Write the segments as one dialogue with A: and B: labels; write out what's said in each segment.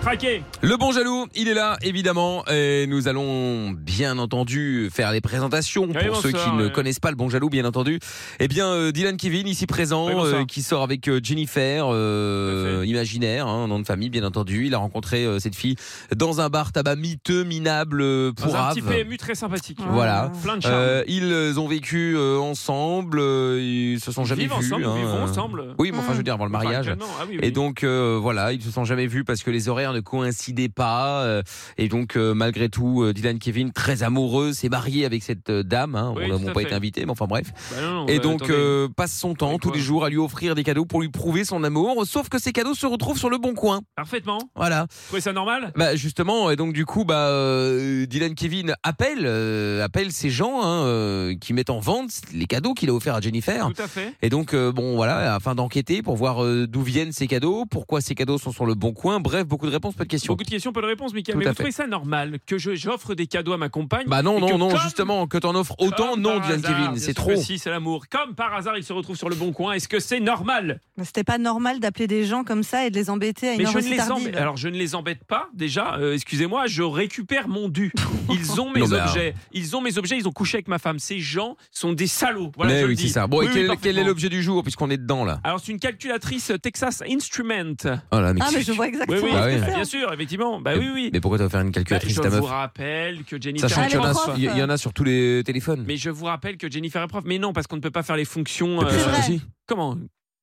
A: Traqué
B: Le bon jaloux, il est là, évidemment. Et nous allons, bien entendu, faire les présentations pour
A: Oui, bonsoir,
B: ceux qui ne
A: ouais.
B: connaissent pas le bon jaloux, bien entendu. Eh bien, euh, Dylan Kevin, ici présent,
A: Oui, bonsoir.
B: euh, qui sort avec euh, Jennifer, euh,
A: Tout à fait.
B: imaginaire, hein, nom de famille, bien entendu. Il a rencontré euh, cette fille dans un bar tabac miteux, minable, euh,
A: Dans un
B: pourrave.
A: petit PMU très sympathique.
B: Voilà.
A: Plein de charme.
B: Euh, ils ont vécu euh, ensemble, euh, ils se sont
A: Ils
B: jamais
A: vivent
B: vus.
A: ensemble,
B: hein.
A: ils vont ensemble. Mmh.
B: Oui, mais enfin, je veux dire, avant le
A: Enfin,
B: mariage.
A: actuellement, ah oui, oui.
B: Et donc euh, voilà, ils se sont jamais vus parce que les horaires ne coïncidaient pas. euh, et donc euh, malgré tout, euh, Dylan Kevin très amoureux s'est marié avec cette euh, dame. hein,
A: Oui,
B: on n'a
A: tout à
B: bon, pas
A: fait.
B: été invité, mais enfin bref.
A: Bah non, non,
B: et
A: bah,
B: donc
A: attendez.
B: euh, passe son temps
A: Avec
B: tous
A: quoi
B: les jours à lui offrir des cadeaux pour lui prouver son amour. Sauf que ces cadeaux se retrouvent sur le bon coin.
A: Parfaitement. Vous
B: Voilà.
A: trouvez ça normal
B: Bah justement, et donc du coup, bah euh, Dylan Kevin appelle euh, appelle ces gens hein, euh, qui mettent en vente les cadeaux qu'il a offerts à Jennifer.
A: Tout à fait.
B: Et donc, euh, bon, voilà, afin d'enquêter pour voir euh, d'où viennent ces cadeaux, pourquoi ces cadeaux sont sur le bon coin. Bref, beaucoup de réponses, pas de questions.
A: Beaucoup de questions, peu de réponses, Mickaël.
B: Tout
A: Mais
B: à
A: vous
B: fait.
A: trouvez ça normal que je- j'offre des cadeaux à ma compagne
B: Bah non,
A: et que
B: non, non,
A: comme-
B: justement, que t'en offres autant,
A: comme
B: non,
A: par
B: Diane
A: hasard,
B: Kevin,
A: bien
B: c'est
A: sûr
B: trop.
A: que Si, c'est l'amour. Comme par hasard, il se retrouve sur le bon coin. Est-ce que c'est normal
C: Mais C'était pas normal d'appeler des gens comme ça et de les embêter à une
A: Mais
C: heure
A: je ne
C: aussi
A: les
C: tardive.
A: embête. Alors je ne les embête pas déjà. euh, Excusez-moi, je récupère mon dû. Ils ont mes
B: Non, mais alors-
A: objets. Ils ont mes objets. Ils ont couché avec ma femme. Ces gens sont des salauds. Voilà,
B: Mais
A: je le
B: oui, c'est
A: dis.
B: ça. Bon,
A: Oui,
B: et quel,
A: oui,
B: quel est
A: parfaitement.
B: l'objet du jour, puisqu'on est dedans, là
A: Alors c'est une calculatrice Texas Instrument.
B: Oh là, mais,
C: ah, mais
B: qu'est-ce
C: je
B: que-
C: vois exactement
A: oui,
C: ce
B: Bah
C: que
B: oui.
C: c'est. hein
A: Bien sûr, effectivement. Bah oui, oui.
B: mais pourquoi t'as offert une
A: Bah,
B: calculatrice
A: je
B: à ta
A: vous
B: meuf
A: rappelle que Jennifer.
B: Sachant
C: Ah,
B: qu'il y, en a
C: les
A: prof.
B: sur-
C: profs.
B: il y en a sur tous les téléphones.
A: Mais je vous rappelle que Jennifer est prof. Mais non, parce qu'on ne peut pas faire les fonctions.
B: T'as plus
A: euh,
C: C'est vrai.
B: aussi
A: Comment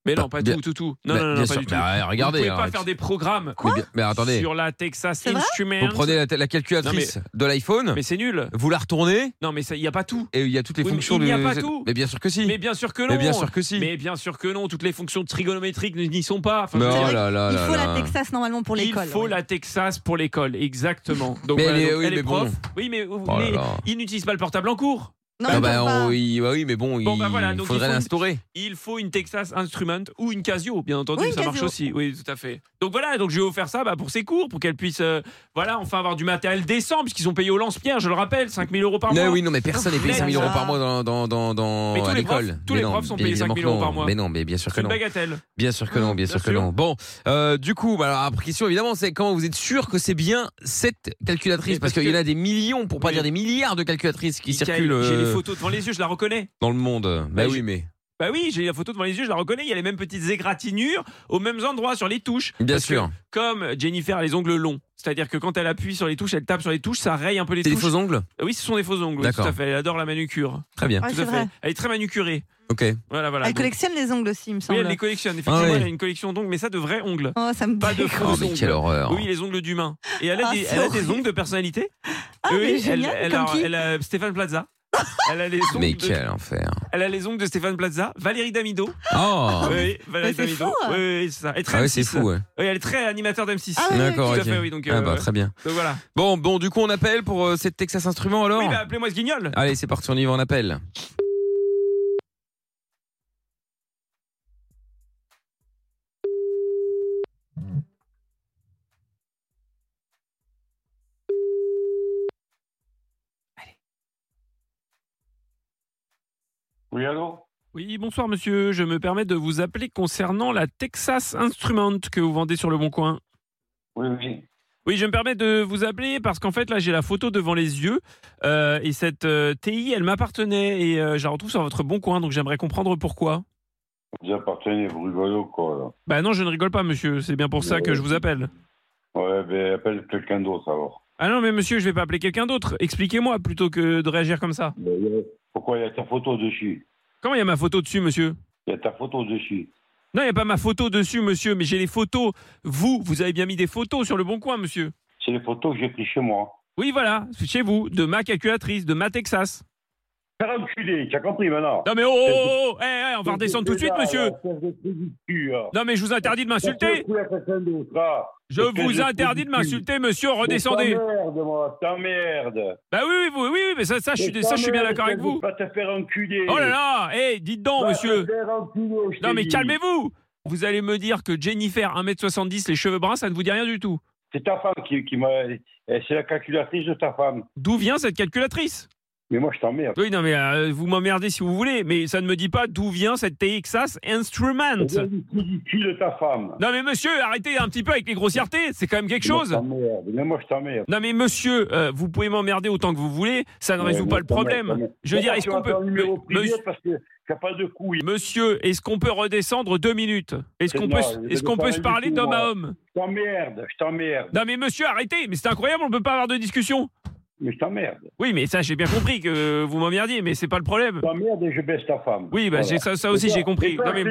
A: Mais
B: Bah,
A: non, pas
B: bien-
A: tout, tout, tout. Non,
B: Bah,
A: non, non,
B: bien
A: pas
B: sûr.
A: du tout.
B: Bah, ouais, regardez,
A: Vous ne pouvez
B: alors,
A: pas faire des programmes
B: Mais, bien- mais attendez,
A: sur la Texas
C: C'est vrai
A: Instrument.
B: vous prenez la, la calculatrice de l'iPhone,
A: Mais c'est nul.
B: vous la retournez,
A: Non, mais ça, il n'y a pas tout.
B: et il y a toutes les
A: Oui, mais
B: fonctions
A: il n'y a
B: de-
A: pas tout.
B: Mais bien sûr que si.
A: Mais bien sûr que non.
B: Mais bien sûr que si.
A: Mais bien sûr que non. Toutes les fonctions trigonométriques n'y sont pas. Enfin,
B: Mais
A: je veux
B: oh
A: dire,
C: vrai
B: là là
C: Il
B: là
C: faut la
B: là.
C: Texas normalement pour l'école.
A: Il faut
C: ouais.
A: la Texas pour l'école, exactement. Donc,
B: Mais
A: voilà,
B: elle est-
A: donc,
B: oui,
A: elle
B: mais
A: est prof.
B: bon.
A: Oui, mais, vous
B: Oh là
A: voulez-
B: là.
A: il n'utilise pas le portable en cours.
C: Non,
B: Ah
C: ils
B: bah,
C: peuvent
B: on-
C: pas.
B: oui, bah oui, mais bon,
A: Bon, bah
B: il
A: voilà, donc
B: faudrait
A: il faut-
B: l'instaurer.
A: Il faut une Texas Instrument ou une Casio, bien entendu,
C: Oui, une
A: ça marche
C: Casio.
A: aussi. Oui, tout à fait. Donc voilà, donc je vais offert ça bah, pour ses cours, pour qu'elle puisse euh, voilà, enfin avoir du matériel décent, puisqu'ils ont payé au lance-pierre, je le rappelle, 5000 euros par
B: Non,
A: mois.
B: oui, non, mais personne n'est payé
A: Mais
B: 5000 euros
C: ça.
B: par mois dans, dans, dans, dans-
A: Mais tous
B: à
A: les profs-
B: l'école.
A: tous
B: Mais
A: les
B: non,
A: profs sont
B: bien
A: payés
B: évidemment
A: 5 000
B: que
A: euros
B: non.
A: par mois.
B: Mais non, mais bien sûr que
A: C'est une
B: non.
A: bagatelle.
B: Bien sûr que non, bien
A: bien
B: sûr que
A: sûr.
B: non. Bon, euh, du coup, bah, alors, après question, évidemment, c'est comment vous êtes sûr que c'est bien cette calculatrice
A: Mais
B: Parce,
A: parce
B: qu'il y
A: que-
B: en a des millions, pour pas
A: Oui.
B: dire des milliards de calculatrices qui
A: Michael,
B: circulent
A: J'ai
B: euh,
A: les photos devant les yeux, je la reconnais.
B: dans le monde. Bah
A: Mais
B: oui,
A: je-
B: mais.
A: Bah oui, j'ai la photo devant les yeux, je la reconnais. Il y a les mêmes petites égratignures aux mêmes endroits sur les touches.
B: Bien
A: Parce que
B: sûr.
A: comme Jennifer a les ongles longs. C'est-à-dire que quand elle appuie sur les touches, elle tape sur les touches, ça raye un peu les
B: C'est des
A: touches.
B: faux ongles
A: Ah Oui, ce sont des faux ongles. oui,
B: D'accord.
A: Tout à fait. Elle adore la manucure.
B: Très bien.
C: Ouais,
A: tout
C: c'est
A: à
C: vrai.
A: fait. Elle est très manucurée.
B: Ok.
A: Voilà, voilà.
C: Elle
A: Donc-
C: collectionne les ongles aussi, il me
A: oui,
C: semble.
A: elle les collectionne. Effectivement,
B: Ah ouais.
A: elle a une collection d'ongles, mais ça de vrais ongles.
C: Oh, ça me
A: Pas de
C: dégoûte.
A: faux
B: Oh, mais
A: ongles.
B: quelle horreur.
A: Oui, les ongles d'humain. Et elle a,
C: Ah,
A: des,
C: c'est
A: elle a des
C: horrible.
A: ongles de personnalité.
C: Ah,
A: oui,
C: mais
A: elle-
C: génial,
A: elle,
C: comme
A: a,
C: qui
A: elle a Stéphane Plaza. Elle a les ongles
B: Mais
A: de-
B: quel enfer.
A: elle a les ongles de Stéphane Plaza, Valérie Damido.
B: Oh
A: Oui, Valérie
C: Mais Ah c'est
A: Damido.
C: fou, hein.
A: Oui, oui, c'est ça. Et très
B: Ah ouais,
A: M6.
B: c'est fou, ouais.
A: Oui, elle est très animateur d'M6.
C: Ah oui,
B: D'accord,
A: Tout à
B: ok.
A: fait, oui. Donc,
B: Ah
A: euh,
B: bah, très bien.
A: donc voilà.
B: Bon, bon, du coup, on appelle pour euh, cette Texas Instrument alors
A: Oui, bah, appelez-moi ce guignol.
B: Allez, c'est parti, on y va, on appelle.
D: Oui, allô
A: Oui, bonsoir monsieur. Je me permets de vous appeler concernant la Texas Instrument que vous vendez sur le Bon Coin.
D: Oui, oui.
A: Oui, je me permets de vous appeler parce qu'en fait, là, j'ai la photo devant les yeux euh, et cette euh, TI, elle m'appartenait et euh, je la retrouve sur votre Bon Coin, donc j'aimerais comprendre pourquoi.
D: Vous appartenez, vous rigolez ou quoi
A: Bah non, je ne rigole pas monsieur, c'est bien pour ça que je vous appelle.
D: là Ouais, ben appelle quelqu'un d'autre alors.
A: Ah non, mais monsieur, je vais pas appeler quelqu'un d'autre. Expliquez-moi plutôt que de réagir comme ça.
D: Ben, y a- Pourquoi il y a ta photo dessus
A: Comment il y a ma photo dessus, monsieur
D: Il y a ta photo dessus.
A: Non, il n'y a pas ma photo dessus, monsieur, mais j'ai les photos. Vous, vous avez bien mis des photos sur le bon coin, monsieur.
D: C'est les photos que j'ai prises chez moi.
A: Oui, voilà, chez vous, de ma calculatrice, de ma Texas.
D: Faire enculer, tu as compris maintenant
A: Non mais oh, oh, oh, oh, eh, eh, on va redescendre tout de suite,
D: Là,
A: monsieur.
D: là, espèce de trou du cul, là.
A: Non mais je vous interdis de m'insulter.
D: T'as fait un coup à quelqu'un d'autre, là.
A: Je
D: Espèce de
A: vous
D: trou
A: interdis
D: du
A: de
D: cul.
A: m'insulter, monsieur. Redescendez.
D: T'emmerdes, moi, t'emmerdes.
A: Bah oui, oui, oui, oui, oui, mais ça, ça, je suis, ça, je suis bien d'accord avec vous.
D: Va te faire enculer.
A: Oh là là, eh, dites donc,
D: Bah,
A: monsieur. Non mais
D: calmez-vous
A: calmez-vous. Vous allez me dire que Jennifer, 1m70, les cheveux bruns, ça ne vous dit rien du tout.
D: C'est ta femme qui, qui m'a. eh, C'est la calculatrice de ta femme.
A: D'où vient cette calculatrice
D: Mais moi, je t'emmerde.
A: Oui, non mais euh, vous m'emmerdez si vous voulez, mais ça ne me dit pas d'où vient cette TXAS Instrument.
D: C'est le coup du cul de ta femme.
A: Non mais monsieur, arrêtez un petit peu avec les grossièretés, c'est quand même quelque
D: Mais moi,
A: chose.
D: je t'emmerde. Mais moi, je t'emmerde.
A: Non mais monsieur, euh, vous pouvez m'emmerder autant que vous voulez, ça ne
D: Mais
A: résout
D: moi,
A: pas
D: Euh, je
A: le
D: t'emmerde,
A: problème.
D: t'emmerde.
A: Je veux dire,
D: Pourquoi
A: est-ce
D: tu
A: qu'on
D: as
A: peut...
D: un numéro privé
A: Monsieur-
D: Parce que t'as pas de couilles.
A: Monsieur, est-ce qu'on peut redescendre deux minutes Est-ce
D: C'est
A: qu'on peut,
D: moi, je vais
A: est-ce qu'on peut se parler
D: parler du tout,
A: d'homme à
D: moi.
A: homme
D: Je t'emmerde, je t'emmerde.
A: Non mais monsieur, arrêtez, mais c'est incroyable, on ne peut pas avoir de discussion.
D: Mais je t'emmerde.
A: Oui, mais ça j'ai bien compris que euh, vous m'emmerdiez, mais c'est pas le problème.
D: Je t'emmerde et je baisse ta femme.
A: Oui, bah, j'ai- ça, ça aussi j'ai compris. Non, mais...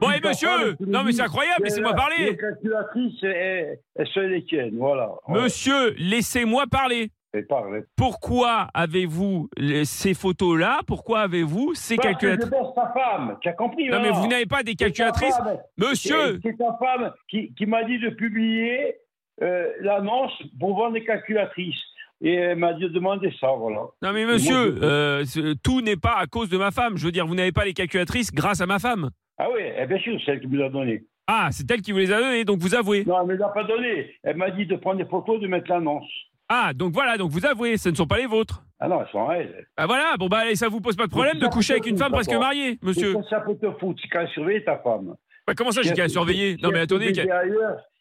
A: Bon, et monsieur Non mais c'est incroyable, laissez-moi
D: Les
A: parler
D: calculatrices, elles elles sont les tiennes, voilà. Voilà.
A: Monsieur, laissez-moi parler
D: Et parle.
A: pourquoi avez-vous les- ces photos-là Pourquoi avez-vous ces
D: Parce que
A: calculatrices
D: Je baisse ta femme, tu as compris
A: Non, mais
D: maintenant.
A: vous n'avez pas des
D: C'est ta
A: calculatrices
D: femme.
A: Monsieur
D: C'est c'est ta femme qui, qui m'a dit de publier euh, l'annonce pour vendre des calculatrices. Et elle m'a dit de demander ça, voilà.
A: Non, mais monsieur, euh, ce- tout n'est pas à cause de ma femme. Je veux dire, vous n'avez pas les calculatrices grâce à ma femme.
D: Ah oui, eh bien sûr, c'est elle qui me l'a donné.
A: Ah, c'est elle qui vous les a données, donc vous avouez.
D: Non, elle ne me l'a pas donné. Elle m'a dit de prendre des photos, de mettre l'annonce.
A: Ah, donc voilà, donc vous avouez, ce ne sont pas les vôtres.
D: Ah non, elles sont à elle.
A: Ah voilà, bon bah allez, ça vous pose pas de problème de coucher avec une femme presque mariée, monsieur.
D: Et ça, ça peut te foutre, c'est quand même surveiller ta femme.
A: Bah, comment ça, j'ai qu'à la surveiller Non mais attendez, qu'à-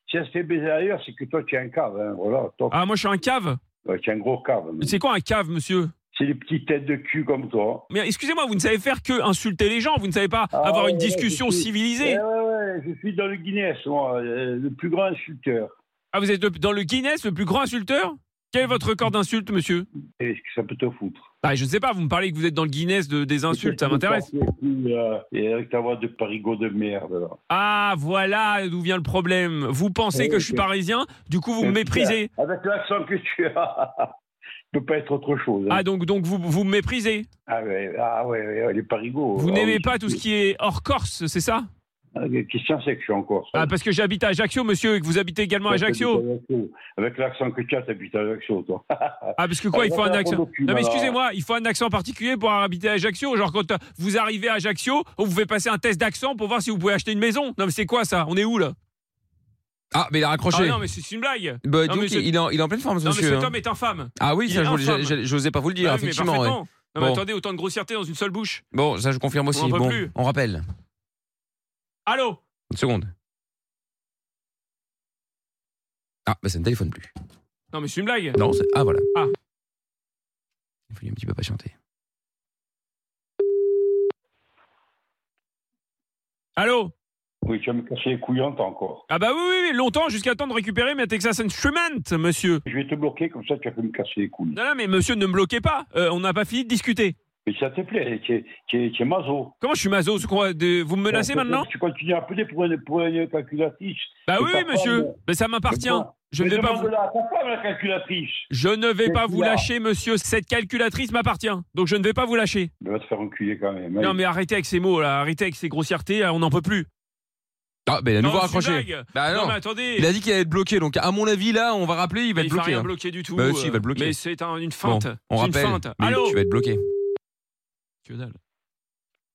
D: Si elle se fait baiser ailleurs, c'est que toi, tu es un cave. Hein. Voilà, toi,
A: ah moi je suis un cave.
D: ouais, tu es un gros cave. mais
A: C'est quoi un cave, monsieur
D: C'est des petites têtes de cul comme toi.
A: Mais excusez-moi, vous ne savez faire que insulter les gens, vous ne savez pas
D: Ah,
A: avoir une
D: ouais, ouais,
A: discussion
D: je suis-
A: civilisée.
D: Eh ouais, ouais, je suis dans le Guinness, moi, euh, le plus grand insulteur.
A: Ah vous êtes le- dans le Guinness, le plus grand insulteur Quel est votre record d'insultes, monsieur
D: Et ça peut te foutre.
A: Bah je ne sais pas, vous me parlez que vous êtes dans le Guinness de- des insultes, ça m'intéresse.
D: euh, Et avec ta voix de parigot de merde. Là.
A: Ah voilà d'où vient le problème. Vous pensez
D: Ouais,
A: que je suis
D: ok.
A: parisien, du coup vous me
D: Ouais,
A: méprisez.
D: Avec l'accent que tu as, tu peux pas être autre chose. hein.
A: Ah donc, donc vous, vous me méprisez.
D: Ah, ouais, ah ouais, ouais, ouais, les parigots.
A: Vous
D: Ah
A: n'aimez
D: oui,
A: pas tout ce qui est hors Corse, c'est ça
D: Ah, Question, c'est que je suis en Corse.
A: Ah, parce que j'habite à Ajaccio, monsieur, et que vous habitez également à
D: Toi, t'habites
A: Ajaccio.
D: Ajaccio. Avec l'accent que tu as, t'habites à Ajaccio, toi.
A: Ah, parce que quoi, il faut un
D: Voilà,
A: accent.
D: pour le cul,
A: Non, mais
D: voilà.
A: excusez-moi, il faut un accent particulier pour habiter à Ajaccio. Genre, quand euh, vous arrivez à Ajaccio, on vous fait passer un test d'accent pour voir si vous pouvez acheter une maison. Non, mais c'est quoi ça On est où là
B: Ah, mais il a
A: Ah
B: raccroché.
A: non, mais c'est une blague.
B: Bah,
A: Non,
B: donc,
A: mais c'est-
B: il, est en, il est en pleine forme, ce
A: Non, mais
B: monsieur.
A: cet
B: hein.
A: homme est infâme.
B: Ah oui,
A: il
B: ça,
A: est
B: je voulais-
A: infâme.
B: j'a- j'a- j'osais pas vous le dire,
A: Ah oui, mais
B: effectivement. ouais.
A: parfaitement. Non, mais
B: Bon.
A: attendez, autant de grossièreté dans une seule bouche.
B: Bon, ça, je confirme aussi.
A: en peut
B: Bon,
A: plus.
B: on rappelle.
A: Allô
B: Une seconde. Ah, bah, ça ne téléphone plus.
A: Non, mais c'est une blague.
B: Non, c'est- ah voilà.
A: Ah.
B: Il faut un petit peu patienter.
A: Allô
D: Oui, tu vas me cacher les couilles en temps encore.
A: Ah, bah oui, oui, oui, longtemps, jusqu'à temps de récupérer mes Texas Instruments, monsieur.
D: Je vais te bloquer, comme ça tu vas me casser les couilles.
A: Non, non, mais monsieur, ne me bloquez pas. Euh, on n'a pas fini de discuter.
D: Mais ça te plaît, tu es, tu es- tu es maso.
A: Comment je suis mazo ce qu'on va- de- Vous me menacez
D: Ça te plaît,
A: maintenant
D: Tu continues à appeler pour une, pour une calculatrice.
A: Bah oui,
D: ta
A: oui, monsieur.
D: femme.
A: Mais ça m'appartient.
D: Mais quoi
A: Je ne vais pas vous...
D: Demande-la à ta femme, la calculatrice.
A: Je ne vais
D: Mais
A: pas
D: tu
A: vous
D: l'as.
A: lâcher, monsieur. Cette calculatrice m'appartient. Donc je ne vais pas vous lâcher.
D: Elle va te faire enculer quand même. hein.
A: Non,
D: allez.
A: mais arrêtez avec ces mots, là. Arrêtez avec ces grossièretés. là, On n'en peut plus.
B: Ah, bah, il a à nouveau
A: Non, c'est une
B: raccroché.
A: blague.
B: Bah,
A: non.
B: non.
A: mais attendez.
B: Il a dit qu'il allait être bloqué, donc à mon avis, là, on va rappeler, il va
A: il
B: être
A: va
B: bloqué.
A: rien
B: hein.
A: bloquer du tout.
B: Bah si, il va
A: euh,
B: le bloquer.
A: Mais c'est un- une
B: Bon,
A: feinte.
B: on
A: C'est une
B: rappelle.
A: feinte.
B: mais
A: Allô
B: tu vas être bloqué. On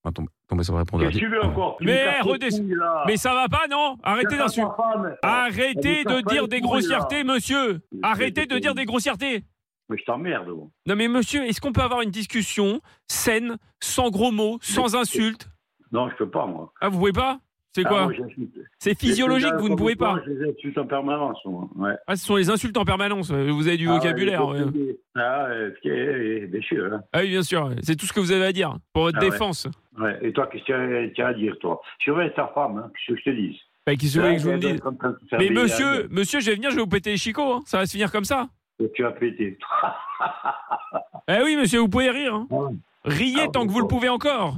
B: va tomber- tomber sur le répondeur.
D: Qu'est-ce que tu veux encore Tu
A: Mais
D: me casses les
A: redescends.
D: couilles, là.
A: Mais ça va pas, non Arrêtez
D: Casse ta
A: d'insulter.
D: femme.
A: Arrêtez
D: Elle nous
A: de
D: casse pas
A: dire
D: les
A: des
D: couilles,
A: grossièretés, monsieur.
D: Mais
A: Arrêtez
D: c'est-
A: de dire des grossièretés.
D: Mais je t'emmerde. moi.
A: Non mais monsieur, est-ce qu'on peut avoir une discussion saine, sans gros mots, sans insultes
D: Non, je peux pas, moi.
A: Ah vous pouvez pas C'est
D: Ah,
A: quoi
D: moi, j'insulte.
A: C'est physiologique,
D: Les
A: vous ne pouvez pas.
D: Je les insulte en permanence, moi. Ouais.
A: Ah ce sont les insultes en permanence, euh, vous avez du
D: Ah,
A: vocabulaire.
D: ouais,
A: ouais.
D: Ah, ouais, ok, ouais, bien sûr. hein.
A: Ah oui bien sûr, ouais. c'est tout ce que vous avez à dire pour votre
D: Ah ouais.
A: défense.
D: Ouais. Et toi, qu'est-ce que tu as à dire, toi Surveille ta femme, hein, qu'est-ce que je te dise Hein,
A: Bah, qu'est-ce que vous voulez que je vous le dise mais monsieur,
D: Tu
A: monsieur, je vais venir, je vais vous péter les chicots, hein. ça va se finir comme ça.
D: hein, tu as pété.
A: Eh oui, monsieur, vous pouvez rire. hein.
D: Ouais.
A: Riez
D: Ah,
A: tant que vous le
D: d'accord.
A: pouvez encore.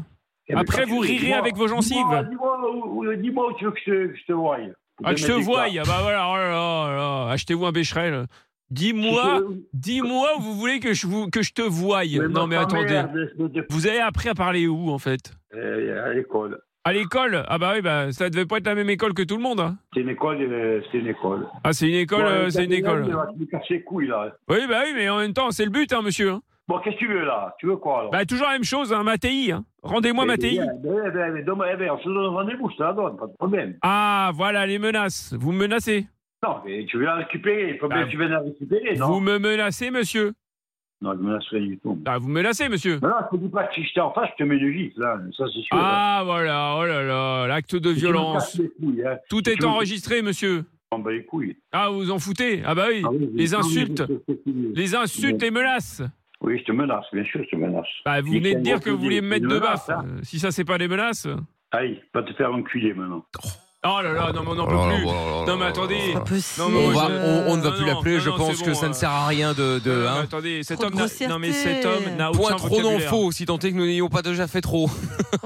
D: Eh ben,
A: Après,
D: quand
A: vous
D: tu-
A: rirez
D: dis-moi-
A: avec vos gencives.
D: dis-moi- Dis-moi où, où- dis-moi où tu veux que je, que je te voie.
A: Ah, que je te voie, ah bah voilà, oh là là, oh là là. achetez-vous un bécherel. Dis-moi, dis-moi où vous voulez que je, vous, que je te voie. non, mais attendez. Vous avez appris à parler où, en fait
D: Euh, à l'école.
A: À l'école Ah, bah oui, bah, ça devait pas être la même école que tout le monde. hein.
D: C'est une école, euh, c'est une école.
A: Ah, c'est une école,
D: Bon,
A: euh, c'est une
D: Gabriel,
A: école.
D: euh, Tu me casses les couilles, là.
A: Oui, bah oui, mais en même temps, c'est le but, hein, monsieur. hein.
D: Bon, qu'est-ce que tu veux, là Tu veux quoi, alors
A: Bah, toujours la même chose, hein, ma TI. hein. Rendez-moi ma
D: Eh
A: TI.
D: bien, eh bien, eh bien, eh bien, on se donne rendez-vous, je te la donne, pas de problème.
A: Ah, voilà les menaces. Vous me menacez.
D: Non, mais tu veux la récupérer, il faut bien
A: Bah,
D: que tu viennes la récupérer, non
A: Vous me menacez, monsieur.
D: Non, je me lâche rien du tout.
A: Ah, vous me menacez, monsieur.
D: Non, non, je te dis pas que si j'étais en face, je te mets du gifle, hein. ça c'est sûr. hein.
A: Ah, voilà, oh là là, l'acte de
D: Si tu me casses
A: violence.
D: les couilles, hein,
A: Tout
D: si
A: est
D: tu me-
A: enregistré, monsieur.
D: je m'en bats les couilles.
A: Ah, vous vous en foutez Ah, bah oui.
D: Ah oui, j'ai-
A: Les insultes.
D: Oui, je- je- je-
A: Les insultes, les menaces.
D: Oui, je te menace, bien sûr, je te menace.
A: Bah, vous
D: Il
A: venez de
D: faut
A: dire que vous
D: refuser.
A: voulez me mettre
D: Il
A: de
D: menace,
A: baffe.
D: hein.
A: Euh, Si ça, c'est pas des menaces.
D: Aïe, va te faire enculer maintenant.
A: Oh là là, non, mais on n'en
B: Oh là là,
A: peut plus.
B: oh là là
A: Non, mais
B: là là
A: attendez.
B: là là.
C: Possible.
A: Non, mais
B: Oh, On,
A: moi,
B: va-
A: je-
B: on- on ne va
A: non,
B: plus
A: non,
B: l'appeler,
A: non,
B: je
A: non,
B: pense
A: c'est
B: que
A: bon,
B: ça
A: euh.
B: ne sert à rien de. de,
A: Euh,
B: hein.
A: mais attendez, cet
C: Trop
A: homme,
C: de
A: n'a- non mais
C: grossièreté.
A: cet homme n'a aucun
B: Point trop non
A: vocabulaire.
B: faux, si tant est que nous n'ayons pas déjà fait trop.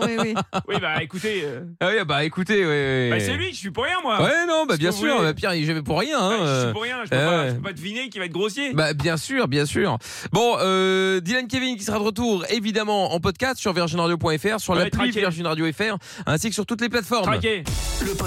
C: Oui, oui.
A: Oui bah écoutez, euh,
B: Ah oui, bah écoutez, ouais.
A: bah, c'est lui, je suis pour rien moi.
B: Ouais, non, bah
A: Ce
B: bien
A: que vous
B: sûr,
A: voulez.
B: bah, Pierre, il j'avais pour rien.
A: Ouais,
B: hein,
A: je
B: euh.
A: suis pour rien, je peux,
B: euh,
A: pas, je
B: ouais.
A: peux pas deviner qu'il va être grossier.
B: Bah bien sûr, bien sûr. Bon, euh, Dylan Kevin qui sera de retour évidemment en podcast sur virginradio.fr, sur
A: Ouais,
B: l'appli
A: traqué.
B: Virgin Radio FR, ainsi que sur toutes les plateformes.
A: Traqué.
E: Le